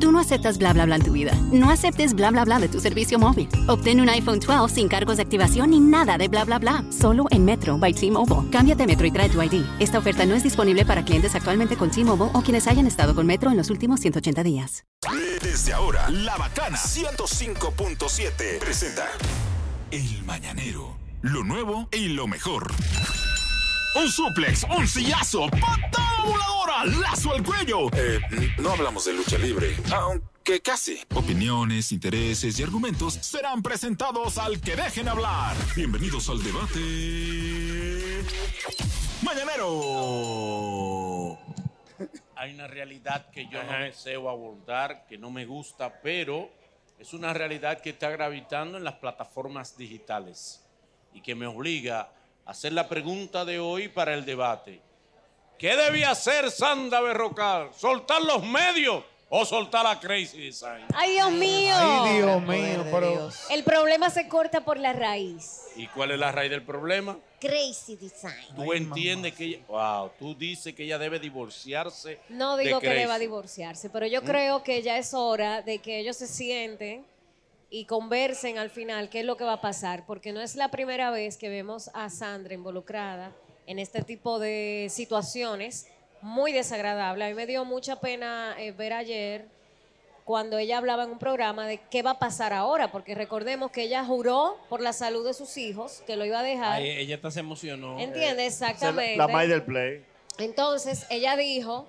Tú no aceptas bla bla bla en tu vida. No aceptes bla bla bla de tu servicio móvil. Obtén un iPhone 12 sin cargos de activación ni nada de bla bla bla. Solo en Metro by T-Mobile. Cámbiate a Metro y trae tu ID. Esta oferta no es disponible para clientes actualmente con T-Mobile o quienes hayan estado con Metro en los últimos 180 días. Desde ahora, La Bacana 105.7 presenta El Mañanero. Lo nuevo y lo mejor. Un suplex, un sillazo, patada voladora, lazo al cuello. Eh, no hablamos de lucha libre, aunque casi. Opiniones, intereses y argumentos serán presentados al que dejen hablar. Bienvenidos al debate. Mañanero. hay una realidad que yo no deseo abordar, que no me gusta, pero es una realidad que está gravitando en las plataformas digitales y que me obliga a hacer la pregunta de hoy para el debate. ¿Qué debía hacer Sanda Berrocal? ¿Soltar los medios o soltar a Crazy Design? Ay, Dios mío. Ay, Dios mío, pero. El problema se corta por la raíz. ¿Y cuál es la raíz del problema? Crazy Design. Tú entiendes que ella, wow, tú dices que ella debe divorciarse. No de digo que Crazy. deba divorciarse, pero yo creo que ya es hora de que ellos se sienten y conversen al final qué es lo que va a pasar, porque no es la primera vez que vemos a Sandra involucrada en este tipo de situaciones muy desagradables. A mí me dio mucha pena eh, ver ayer cuando ella hablaba en un programa de qué va a pasar ahora, porque recordemos que ella juró por la salud de sus hijos que lo iba a dejar. Ay, ella hasta se emocionó. eh, Entiende, exactamente. La May del Play. Entonces, ella dijo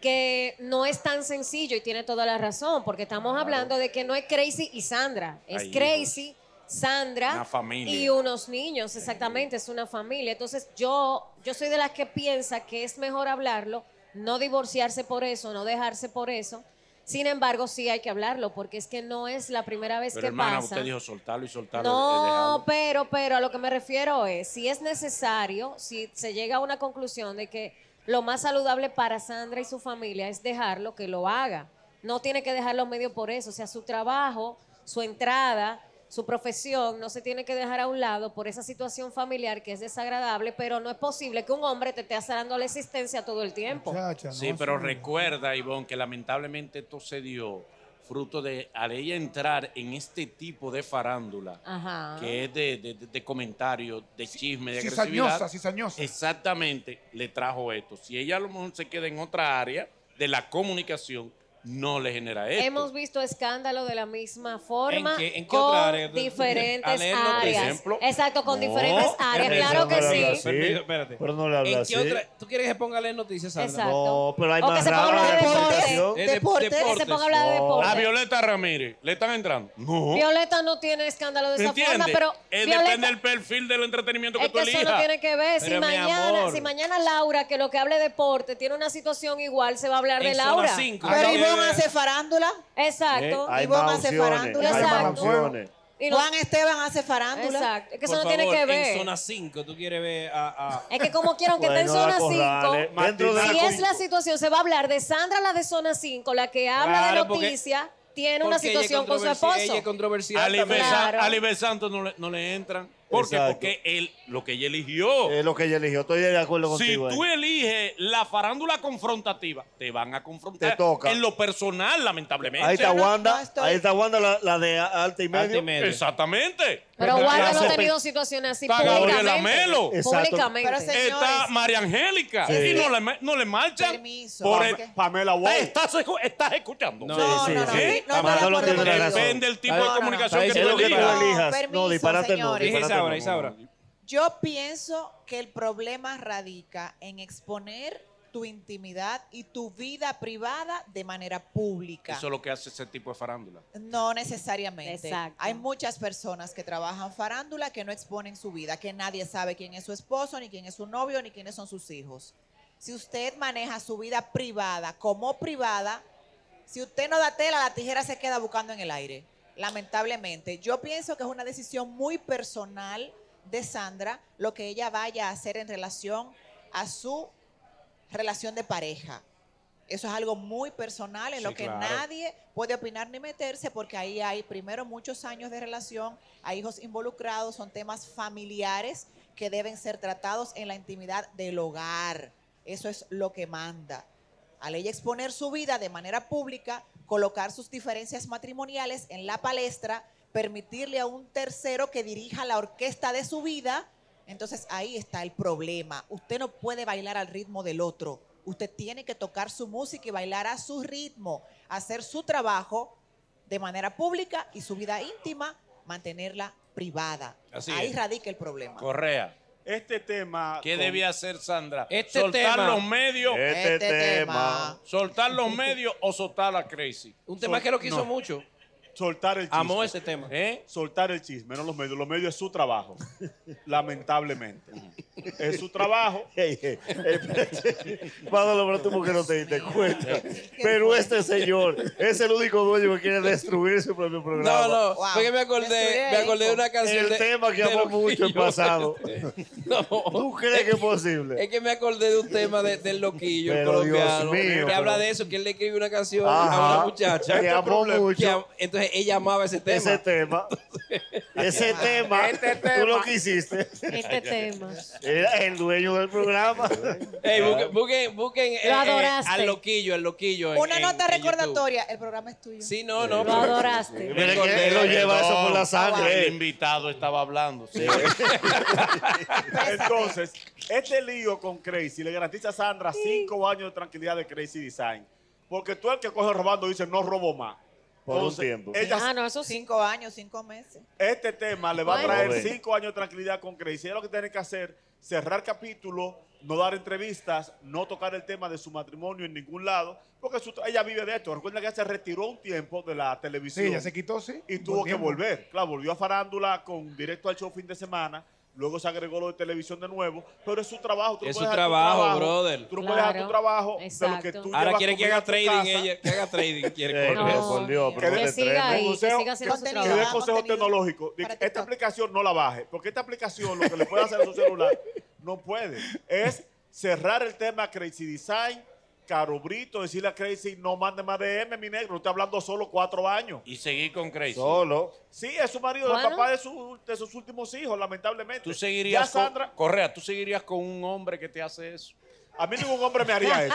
que no es tan sencillo y tiene toda la razón, porque estamos hablando de que no es Crazy y Sandra, es Hay Crazy, Sandra Una familia. y unos niños, exactamente, es una familia. Entonces, yo, yo soy de las que piensa que es mejor hablarlo, no divorciarse por eso, no dejarse por eso. Sin embargo, sí hay que hablarlo, porque es que no es la primera vez Pero que hermana, pasa. usted dijo soltarlo y soltarlo. eh, No, dejarlo. pero, pero a lo que me refiero es, si es necesario, si se llega a una conclusión de que lo más saludable para Sandra y su familia es dejarlo, que lo haga. No tiene que dejar los medios por eso. O sea, su trabajo, su entrada, su profesión, no se tiene que dejar a un lado por esa situación familiar que es desagradable, pero no es posible que un hombre te esté azarando la existencia todo el tiempo. Muchacha, no Sí, pero asume. recuerda, Ivonne, que lamentablemente esto se dio fruto de al ella entrar en este tipo de farándula, Ajá. que es de, de, de- de comentario, de chisme, de agresividad. Cizañosa, cizañosa. Exactamente, le trajo esto. Si ella a lo mejor se queda en otra área de la comunicación, no le genera esto. Hemos visto escándalo de la misma forma ¿En qué- en qué con otra área? A diferentes leer lo que- áreas. Ejemplo. Exacto, con No, diferentes áreas. Permiso, Claro no le que hablas sí. así. Permiso, espérate. Pero no le hablas ¿En qué así. otra? ¿Tú quieres que ponga a leer noticias, Sandra? Exacto. No, pero hay O que más se ponga a hablar de ramas deporte. comunicación. Eh, Que de- deporte, que se deportes. ponga a hablar de A deporte. Violeta Ramírez, ¿le están entrando? No. Violeta no tiene escándalo de ¿Me esa forma, entiendes? pero Eh, Violeta, depende del perfil del entretenimiento que es tú que eso elijas. no tiene que ver. Si Pero, mi mañana, amor. si mañana Laura, que lo que hable de deporte, tiene una situación igual, se va a hablar de En Laura. Ah, zona Ah, 5. Pero Ivonne hace farándula. Exacto. Eh, Hay Ivonne más hace opciones. farándula. Hay más Exacto. opciones. Y no- Juan Esteban hace farándula. eh, exacto. Es que eso Por no tiene favor, que En ver. zona 5, tú quieres ver a. a- Es que como quiera, aunque Bueno, está en zona Corrales, 5, dentro de Si la es la situación, se va a hablar de Sandra, la de zona 5, la que habla Claro, de porque- noticia, tiene una porque ella es situación con su controversi- esposo. Ella es controversial. Ali también. Besa- Claro. Santos no le, no le entran. ¿Por qué? Exacto. Porque él, lo que ella eligió. Es lo que ella eligió. Estoy de acuerdo si contigo. tú ahí. eliges la farándula confrontativa, te van a confrontar. Te toca. En lo personal, lamentablemente. Ahí está no, Wanda. no estoy- Ahí está Wanda, la, la de alta y Alta y medio. media. Exactamente. Pero Wanda no ha Gracias, tenido situaciones así Está Gabriela públicamente. Melo. Exacto. Públicamente. Pero se- Está Señores. María Angélica. Sí. Y no le, ma- no le marchan. Permiso. Por Ah, el- ok. Pamela Ah, estás, escu- estás escuchando. No, Sí, No, sí, no, no, sí. sí, no, Manolo no, no, tiene no, una no, razón. Depende del tipo No, de no, no. comunicación que Es tú lo que tú elijas. elijas. No, permiso, disparate no. señores. Es disparate Isaura, no. Isaura. Yo pienso que el problema radica en exponer tu intimidad y tu vida privada de manera pública. Eso es lo que hace ese tipo de farándula. No necesariamente. Exacto. Hay muchas personas que trabajan farándula que no exponen su vida, que nadie sabe quién es su esposo, ni quién es su novio, ni quiénes son sus hijos. Si usted maneja su vida privada como privada, si usted no da tela, la tijera se queda buscando en el aire. Lamentablemente. Yo pienso que es una decisión muy personal de Sandra lo que ella vaya a hacer en relación a su relación de pareja. Eso es algo muy personal en Sí, lo que claro. nadie puede opinar ni meterse porque ahí hay primero muchos años de relación, hay hijos involucrados, son temas familiares que deben ser tratados en la intimidad del hogar. Eso es lo que manda. Al ella exponer su vida de manera pública, colocar sus diferencias matrimoniales en la palestra, permitirle a un tercero que dirija la orquesta de su vida, entonces ahí está el problema. Usted no puede bailar al ritmo del otro. Usted tiene que tocar su música y bailar a su ritmo, hacer su trabajo de manera pública y su vida íntima, mantenerla privada. Así ahí es. radica el problema. Correa. Este tema. ¿Qué con- debía hacer Sandra? Este ¿Soltar tema- los medios? Este Este tema. tema. ¿Soltar los medios o soltar a Crazy? Un tema que lo quiso mucho. Soltar el chisme. Amó ese tema. ¿Eh? Soltar el chisme, no los medios. Los medios es su trabajo. Lamentablemente. es su trabajo. Pablo, pero tú porque no te diste cuenta. Pero este señor es el único dueño que quiere destruir su propio programa. No, no, porque me acordé, me acordé de una canción. El de- tema que de amó Loquillo. mucho el pasado. ¿Tú crees que es posible? Es que me acordé de un tema de- del loquillo el Pero Dios colombiano mío, que pero- habla de eso, que él le escribe una canción Ajá, a una muchacha. que amó problema- mucho. que am- entonces ella amaba ese tema. Ese tema. Ese tema. Tú lo que hiciste. Este tema. Era el dueño del programa. Ey, busquen, busquen, busquen, eh, eh, adoraste. al loquillo, al loquillo. en- Una en- nota en YouTube. recordatoria, el programa es tuyo. Sí, no, no. Lo pero- adoraste. Me Mira que él lo acordé. lleva eso por la sangre. El invitado estaba hablando. Eh. sí. Entonces, este lío con Crazy le garantiza a Sandra cinco años de tranquilidad de Crazy Design. Porque tú el que coge robando dice, no robo más. Por un Entonces, tiempo. Ella, ah, no, eso cinco años, cinco meses. Este tema le va a Bueno. traer Joven. cinco años de tranquilidad con Crazy. Ella lo que tiene que hacer, cerrar capítulo, no dar entrevistas, no tocar el tema de su matrimonio en ningún lado, porque su- ella vive de esto. Recuerda que ella se retiró un tiempo de la televisión. Sí, ya se quitó, sí. Y tuvo Buen que tiempo. volver. Claro, volvió a farándula con directo al show fin de semana. Luego se agregó lo de televisión de nuevo, pero es su trabajo. Tú no Es su puedes dejar tu trabajo, brother. Tú no puedes dejar tu Claro, trabajo de lo que exacto. tú Ahora llevas quiere que comida haga a tu trading casa. ella, que haga trading, quiere Eh, que- pero No. por Dios, pero Que este siga tren. ahí, que Consejo- siga haciendo su que trabajo. dé consejo tecnológico. Di- Esta aplicación no la baje, porque esta aplicación lo que le puede hacer a su celular no puede. Es cerrar el tema Crazy Design, Caro Brito, decirle a Crazy, no mande más DM, mi negro, está hablando solo cuatro años. Y seguir con Crazy. Solo. Sí, es su marido, Bueno. el papá de, su- de sus últimos hijos, lamentablemente. Tú seguirías Ya con- Sandra, Correa, tú seguirías con un hombre que te hace eso. A mí ningún hombre me haría eso.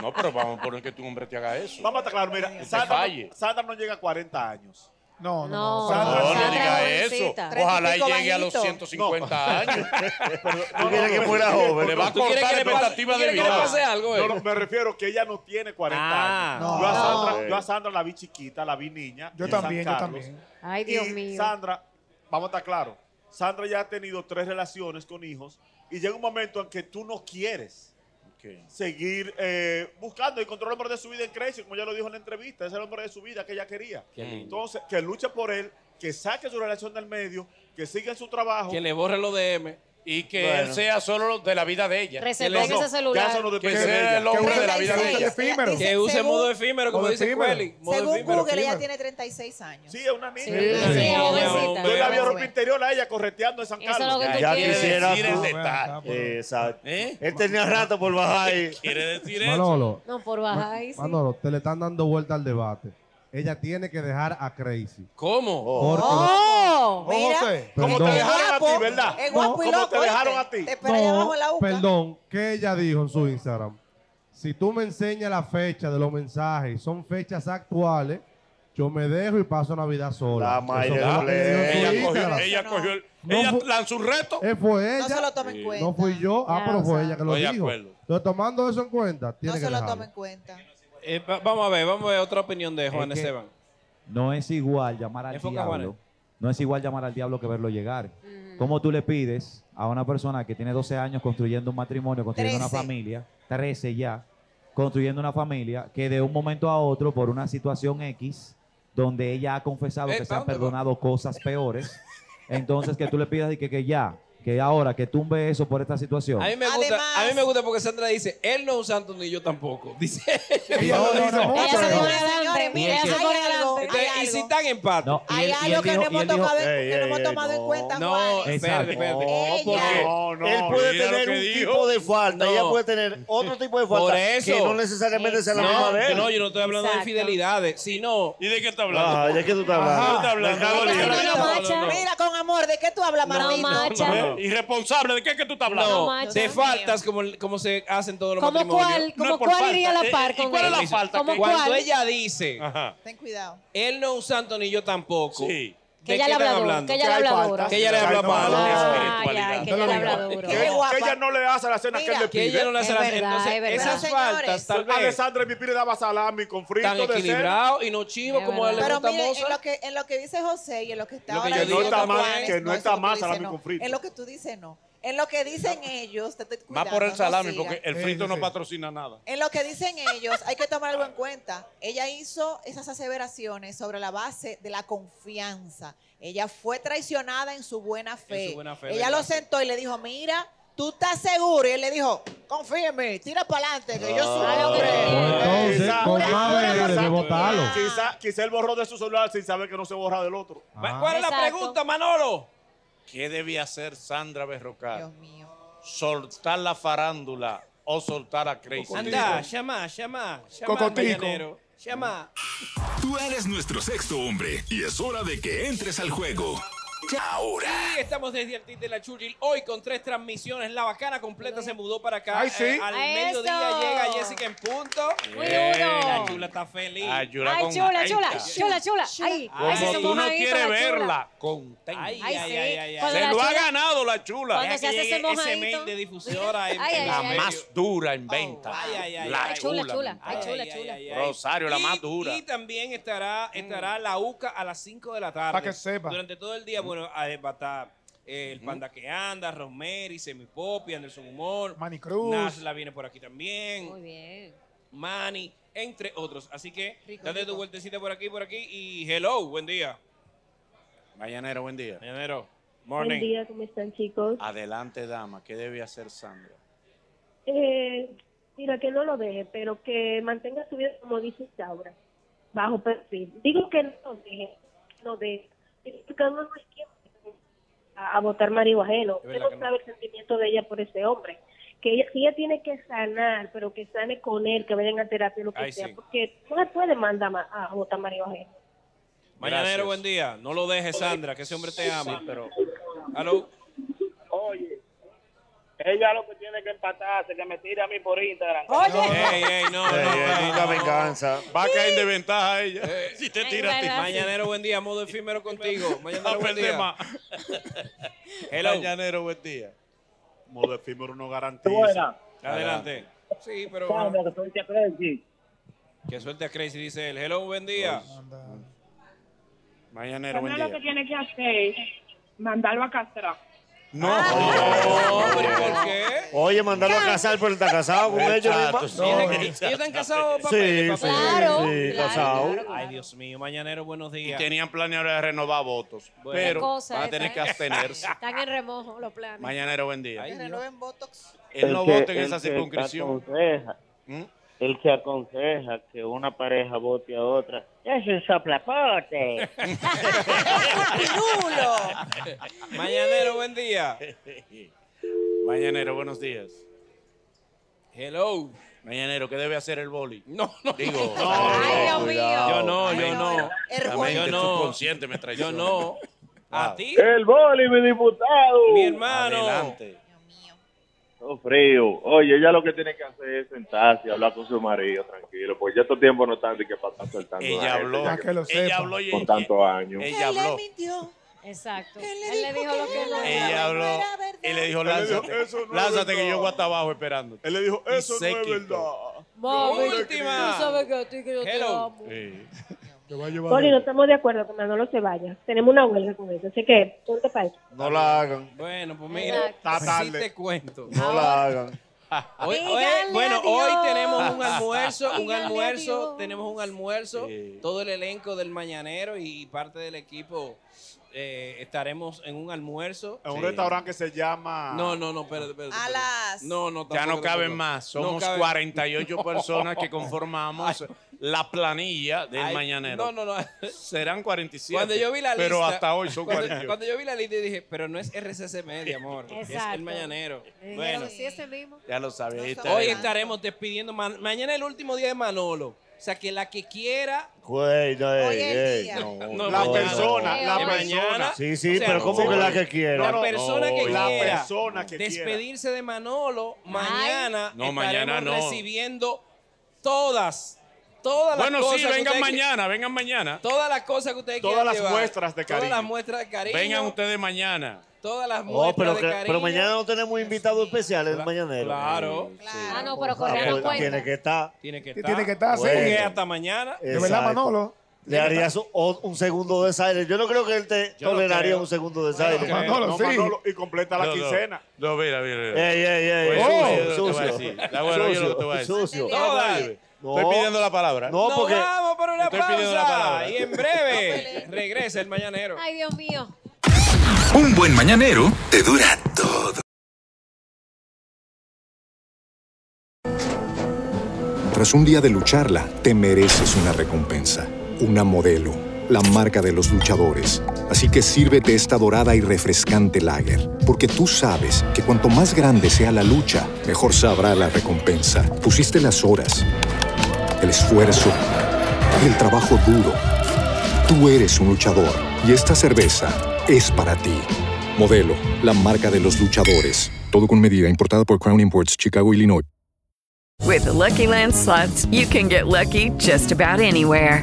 No, pero vamos a poner que tu hombre te haga eso. vamos a estar claros, mira, te Sandra, falle. no- Sandra no llega a 40 años. No, No, no, no diga eso. Ojalá y llegue a los 150 años. No, quieres no, que no, fuera no, joven? Le va a ¿Tú quieres cortar que le expectativa pase- de tú quieres vida. que le pase algo, eh? No, no, me refiero que ella no tiene 40 Ah. años. No. Yo, a No. Sandra, yo a Sandra la vi chiquita, la vi niña. Yo en San también, yo Carlos. también. Ay, Dios Y mío. Sandra, vamos a estar claros. Sandra ya ha tenido tres relaciones con hijos y llega un momento en que tú no quieres seguir eh, buscando y controlar el hombre de su vida en Crazy, como ya lo dijo en la entrevista, es el hombre de su vida que ella quería. Qué lindo. Entonces, que luche por él, que saque su relación del medio, que siga en su trabajo. Que le borre los DM. Y que él sea solo de la vida de ella. Reservé Que le- ese celular. Ya eso no depende Que de sea ella. el hombre de la vida de ella. Efímero. Que use Según- modo efímero, como Modo dice efímero. Quelly. Modo Según efímero. Google, ella tiene 36 años. Sí, es una niña. Sí, sí, sí, jovencita. Yo la vi a ropa interior a ella correteando en San Eso es Carlos. lo que Ya quisiera decir el tú. detalle. Eh, Exacto. Él tenía rato por bajar ahí. Quiere decir Manolo, No, por bajar ahí sí. Manolo, te le están dando vuelta al debate. Ella tiene que dejar a Crazy. ¿Cómo? Porque- ¡Oh! Oh, Mira, José. Como te Perdón. dejaron a ti, Guapo, ¿verdad? es Como guapo y te loco, dejaron a ¿oíste? ti. Te espera allá abajo en la Perdón, que ella dijo en su Instagram. Si tú me enseñas la fecha de los mensajes, y son fechas actuales, yo me dejo y paso Navidad sola. La Eso madre fue lo que dijo en su Ella cogió, Instagram. ella cogió el- No ella fu- lanzó un reto. Eh, fue ella. No se lo tome en Sí. cuenta. No fui yo. Ah, Ya pero lo fue sabe. ella que lo Estoy de dijo. acuerdo. Entonces, tomando eso en cuenta, tiene No que se lo dejarlo. tome en cuenta. Eh, va- vamos a ver, vamos a ver otra opinión de Juan que- Esteban. No es igual llamar al Enfoca, diablo No es igual llamar al diablo que verlo llegar. ¿Cómo tú le pides a una persona que tiene 12 años construyendo un matrimonio, construyendo una 13. familia, 13 ya, construyendo una familia, que de un momento a otro, por una situación X, donde ella ha confesado que se han perdonado cosas peores, entonces que tú le pidas y que, que ya, que ahora, que tumbe eso por esta situación? A mí, me gusta, a mí me gusta porque Sandra dice, él no es un santo ni yo tampoco. Dice, Señores, Y miren, es que- hay algo, hay y si algo. están en empate. No, Hay algo que no hemos tocado en- que no hemos tomado en cuenta, No, Juanes. espérate, espérate. Ella- porque No, no, él puede mira lo tener que un dijo. tipo de falta, No. ella puede tener otro tipo de falta Por eso. que no necesariamente sea la No, misma de él. No, yo no estoy hablando de Exacto. infidelidades, sino... ¿Y de qué está hablando? Ah, ¿de qué tú estás hablando? ¿De ¿Qué estás hablando? Mira, Mira, con amor, ¿de qué tú hablas, Martito? Irresponsable, ¿de qué es que tú estás hablando? No, No, macho. de Dios faltas como, el- como se hacen todos los ¿Cómo matrimonios. cuál? ¿Cómo No es por cuál falta. iría a la Eh, par ¿y con cuál es la él? falta ¿Cómo que- Cuando cuál? ella dice, Ten cuidado. él no es un santo ni yo tampoco. Que ¿de ella qué le están habla duro, hablando? que ella le habla hay duro. faltas, Que ella le Ay, habla no, mal. no, no, no. espiritualidad. Ay, que ella le habla duro. Que, que ella no le hace la cena que que él Mira, le pide. ella no le hace Es la- verdad, entonces, es verdad. esas faltas, tal vez- Alessandra mi le daba salami con frito Tan de cerdo. equilibrado y no chivo como a él le Pero gusta mire, en Mozart. lo, que, en lo que dice José y en lo que está Lo que ahora yo diciendo digo está mal, Juanes, que no eso está tú mal dices salami no. con frito. En lo que tú dices no. En lo que dicen ellos, te estoy Más cuidando, por el no salami, sigas. porque el frito no patrocina nada. En lo que dicen ellos, hay que tomar algo en cuenta. Ella hizo esas aseveraciones sobre la base de la confianza. Ella fue traicionada en su buena fe. En su buena fe, Ella ¿verdad? lo sentó y le dijo, mira, tú estás seguro. Y él le dijo, confía en mí, tira para adelante, que yo soy Entonces, con más veras debe botarlo. Quizá, quizá él borró de su celular sin saber que no se borra del otro. Ah. ¿Cuál es la pregunta, Manolo? ¿Qué debía hacer Sandra Berrocal? ¿Soltar la farándula o soltar a Crazy? Anda, llama, llama, llama al Cocotico. mañanero. Llama. Tú eres nuestro sexto hombre y es hora de que entres al juego. Ya ahora. Y estamos desde el Tite de la Churchill hoy con tres transmisiones. La bacana completa se mudó para acá. Eh, Ay, sí. al Eso. mediodía llega Jessica en punto. Muy duro. eh, La chula está feliz. Ay, chula Ay, con chula, jeta. chula, chula, chula. Ay, Como tú no quieres verla, contenta. Ay, ay, ay, ay, ay. se lo ha ganado la chula. Cuando Deja se que hace ese llegue ese mojadito. mail de difusora en- Ay, en ay, la ay, Oh, más dura en venta. la ay, chula, chula. mi Ay, madre. chula, chula. ay, ay. Rosario, la más dura. Mm. Y también estará, estará la UCA a las 5 de la tarde. Pa' que sepa. Durante todo el Mm. día, bueno, ahí va a estar eh, el Panda que anda, Rosemary, Semipopi, Anderson Humor. Manny Cruz. la viene por aquí también. Muy bien. Manny, entre otros. Así que Rico, date rico. tu vueltecita por aquí, por aquí. Y hello, buen día. Mañanero, buen día. Mañanero, Buen día, ¿cómo están chicos? Adelante, dama. ¿Qué debe hacer Sandra? Eh, mira, que no lo deje, pero que mantenga su vida, como dice Saura, bajo perfil. Digo que no lo deje, no deje, porque uno no es quien a, a votar marido ajeno. Es Usted verdad no que no. sabe el sentimiento de ella por ese hombre. Que ella, si ella tiene que sanar, pero que sane con él, que vayan a terapia, lo que Ay, sea, sí. porque no se puede mandar ma- a votar marido ajeno. Mañanero, buen día. No lo dejes, Sandra, que ese hombre te ama. pero... Hello. Oye, ella lo que tiene que empatarse, que me tire a mí por Instagram. Ey, ey, no, no, ey, nunca no. venganza. Va a caer de ventaja ella. si te tira a ti. Mañanero, buen día. Modo efímero contigo. Mañanero, buen perder día. Hello. Mañanero, buen día. Modo efímero no garantiza. Buena. Adelante. Sí, pero... Sandra, que soy de Crazy. Que suelte a Crazy, dice él. Hello, buen día. Mañanero, buen Sandra lo día. que tiene que hacer es mandarlo a castrar. No. Ah, ¿Por qué? Oye, mandarlo a casar, pero él está casado con ellos. Chato, misma. sí, es que- ellos están casados papeles, Sí, sí, papeles. Claro, sí, claro, casado. claro, Ay, Dios mío, mañanero, buenos Y días. tenían planeado de renovar votos, Bueno. pero Qué cosa van a esa, tener ¿eh? que abstenerse. Están en remojo los planes. Mañanero, buen día. Que renoven Botox. Él no que- vota en el esa que circunscripción. aconseja- El que aconseja que una pareja vote a otra. Es un soplapote. Mañanero, buen día. Mañanero, buenos días. Hello. Mañanero, ¿qué debe hacer el boli? No, no. Digo, No. Ay, Dios mío. Yo no, yo no. La Yo mente no. subconsciente me traiciona. Yo no. A ti. Eh, El boli, mi diputado. Mi hermano. Todo frío. Oye, ella lo que tiene que hacer es sentarse y hablar con su marido, tranquilo. Porque ya estos tiempos no están de que para estar soltando. a Ella gente, ya que habló. Para que lo Ella sepa. habló y Con tantos años. Ella habló. mintió. Exacto. Él le dijo lo que no era. Ella habló y le dijo, Él le dijo, lánzate. "Eso no es lánzate que verdad". yo voy hasta abajo esperando. Él le dijo, Y eso no se es quitó. verdad. Mami, Última. tú sabes que a ti que yo te Hello. amo. Poli, no estamos de acuerdo que Manolo se vaya. Tenemos una huelga con eso. Así que, ponte para eso. No la hagan. Bueno, pues mira, Exacto. Está sí tarde. te cuento. No la hagan. Hoy- hoy- Dígale bueno, adiós. hoy tenemos un almuerzo, un Dígale almuerzo, adiós. tenemos un almuerzo, todo el elenco del mañanero y parte del equipo eh, estaremos en un almuerzo. En un Sí. restaurante que se llama. No, no, no, espérate, espérate. A las. No, no, Ya no tampoco, caben tampoco. más. No Somos caben- 48 personas que conformamos la planilla del Ay, mañanero. No, no, no. Serán 47. Cuando yo vi la lista. Pero hasta hoy son cuando, 48. cuando yo vi la lista yo dije, pero no es RCC Media, amor. Es Exacto. el mañanero. Me dijeron, Bueno, sí, ese mismo. ya lo sabes. hoy ahí estaremos. estaremos despidiendo. ma- mañana es el último día de Manolo. O sea, que la que quiera. Güey, no, Hoy ey, es ey, día. no, No, la mañana. persona, la Eh, mañana. persona. Sí, sí, O sea, pero ¿cómo no, que la hoy. que quiera? La persona que la quiera. persona que quiera. despedirse de Manolo. Mañana No, estaremos mañana no. recibiendo todas. Todas las Bueno, cosas. sí, que vengan ustedes que- mañana, vengan mañana. Todas las cosas que ustedes Todas quieran las llevar. muestras de cariño. Todas las muestras de cariño. Vengan ustedes mañana. Todas las muestras Oh, pero, de que- cariño. pero mañana no tenemos invitados especiales del mañanero. Claro. Ah, no, pero Ah, corre la pues, cuenta. tiene que estar. Tiene que Sí, estar. tiene que estar, sí. Porque Bueno. Eh, hasta mañana. Exacto. Le harías un, un segundo desaire. Yo no creo que él te Yo no toleraría creo. un segundo desaire. No, Manolo, No, Manolo, y completa la No, no. quincena. No, mira, mira, mira. Ey, ey, ey. Oh, Oye, yo Pues te voy a sucio. decir. La buena, yo lo que te voy a decir. Sucio. Todas. No. Estoy pidiendo la palabra. No, Nos porque- vamos para una Estoy pidiendo la pausa. palabra. Y en breve regresa el mañanero. Ay, Dios mío. Un buen mañanero te dura todo. Tras un día de lucharla, te mereces una recompensa, una modelo, la marca de los luchadores. Así que sírvete esta dorada y refrescante lager, porque tú sabes que cuanto más grande sea la lucha, mejor sabrá la recompensa. Pusiste las horas, el esfuerzo, el trabajo duro. Tú eres un luchador y esta cerveza es para ti. Modelo, la marca de los luchadores. Todo con medida, importada por Crown Imports, Chicago, Illinois. With the Lucky Land slots, you can get lucky just about anywhere.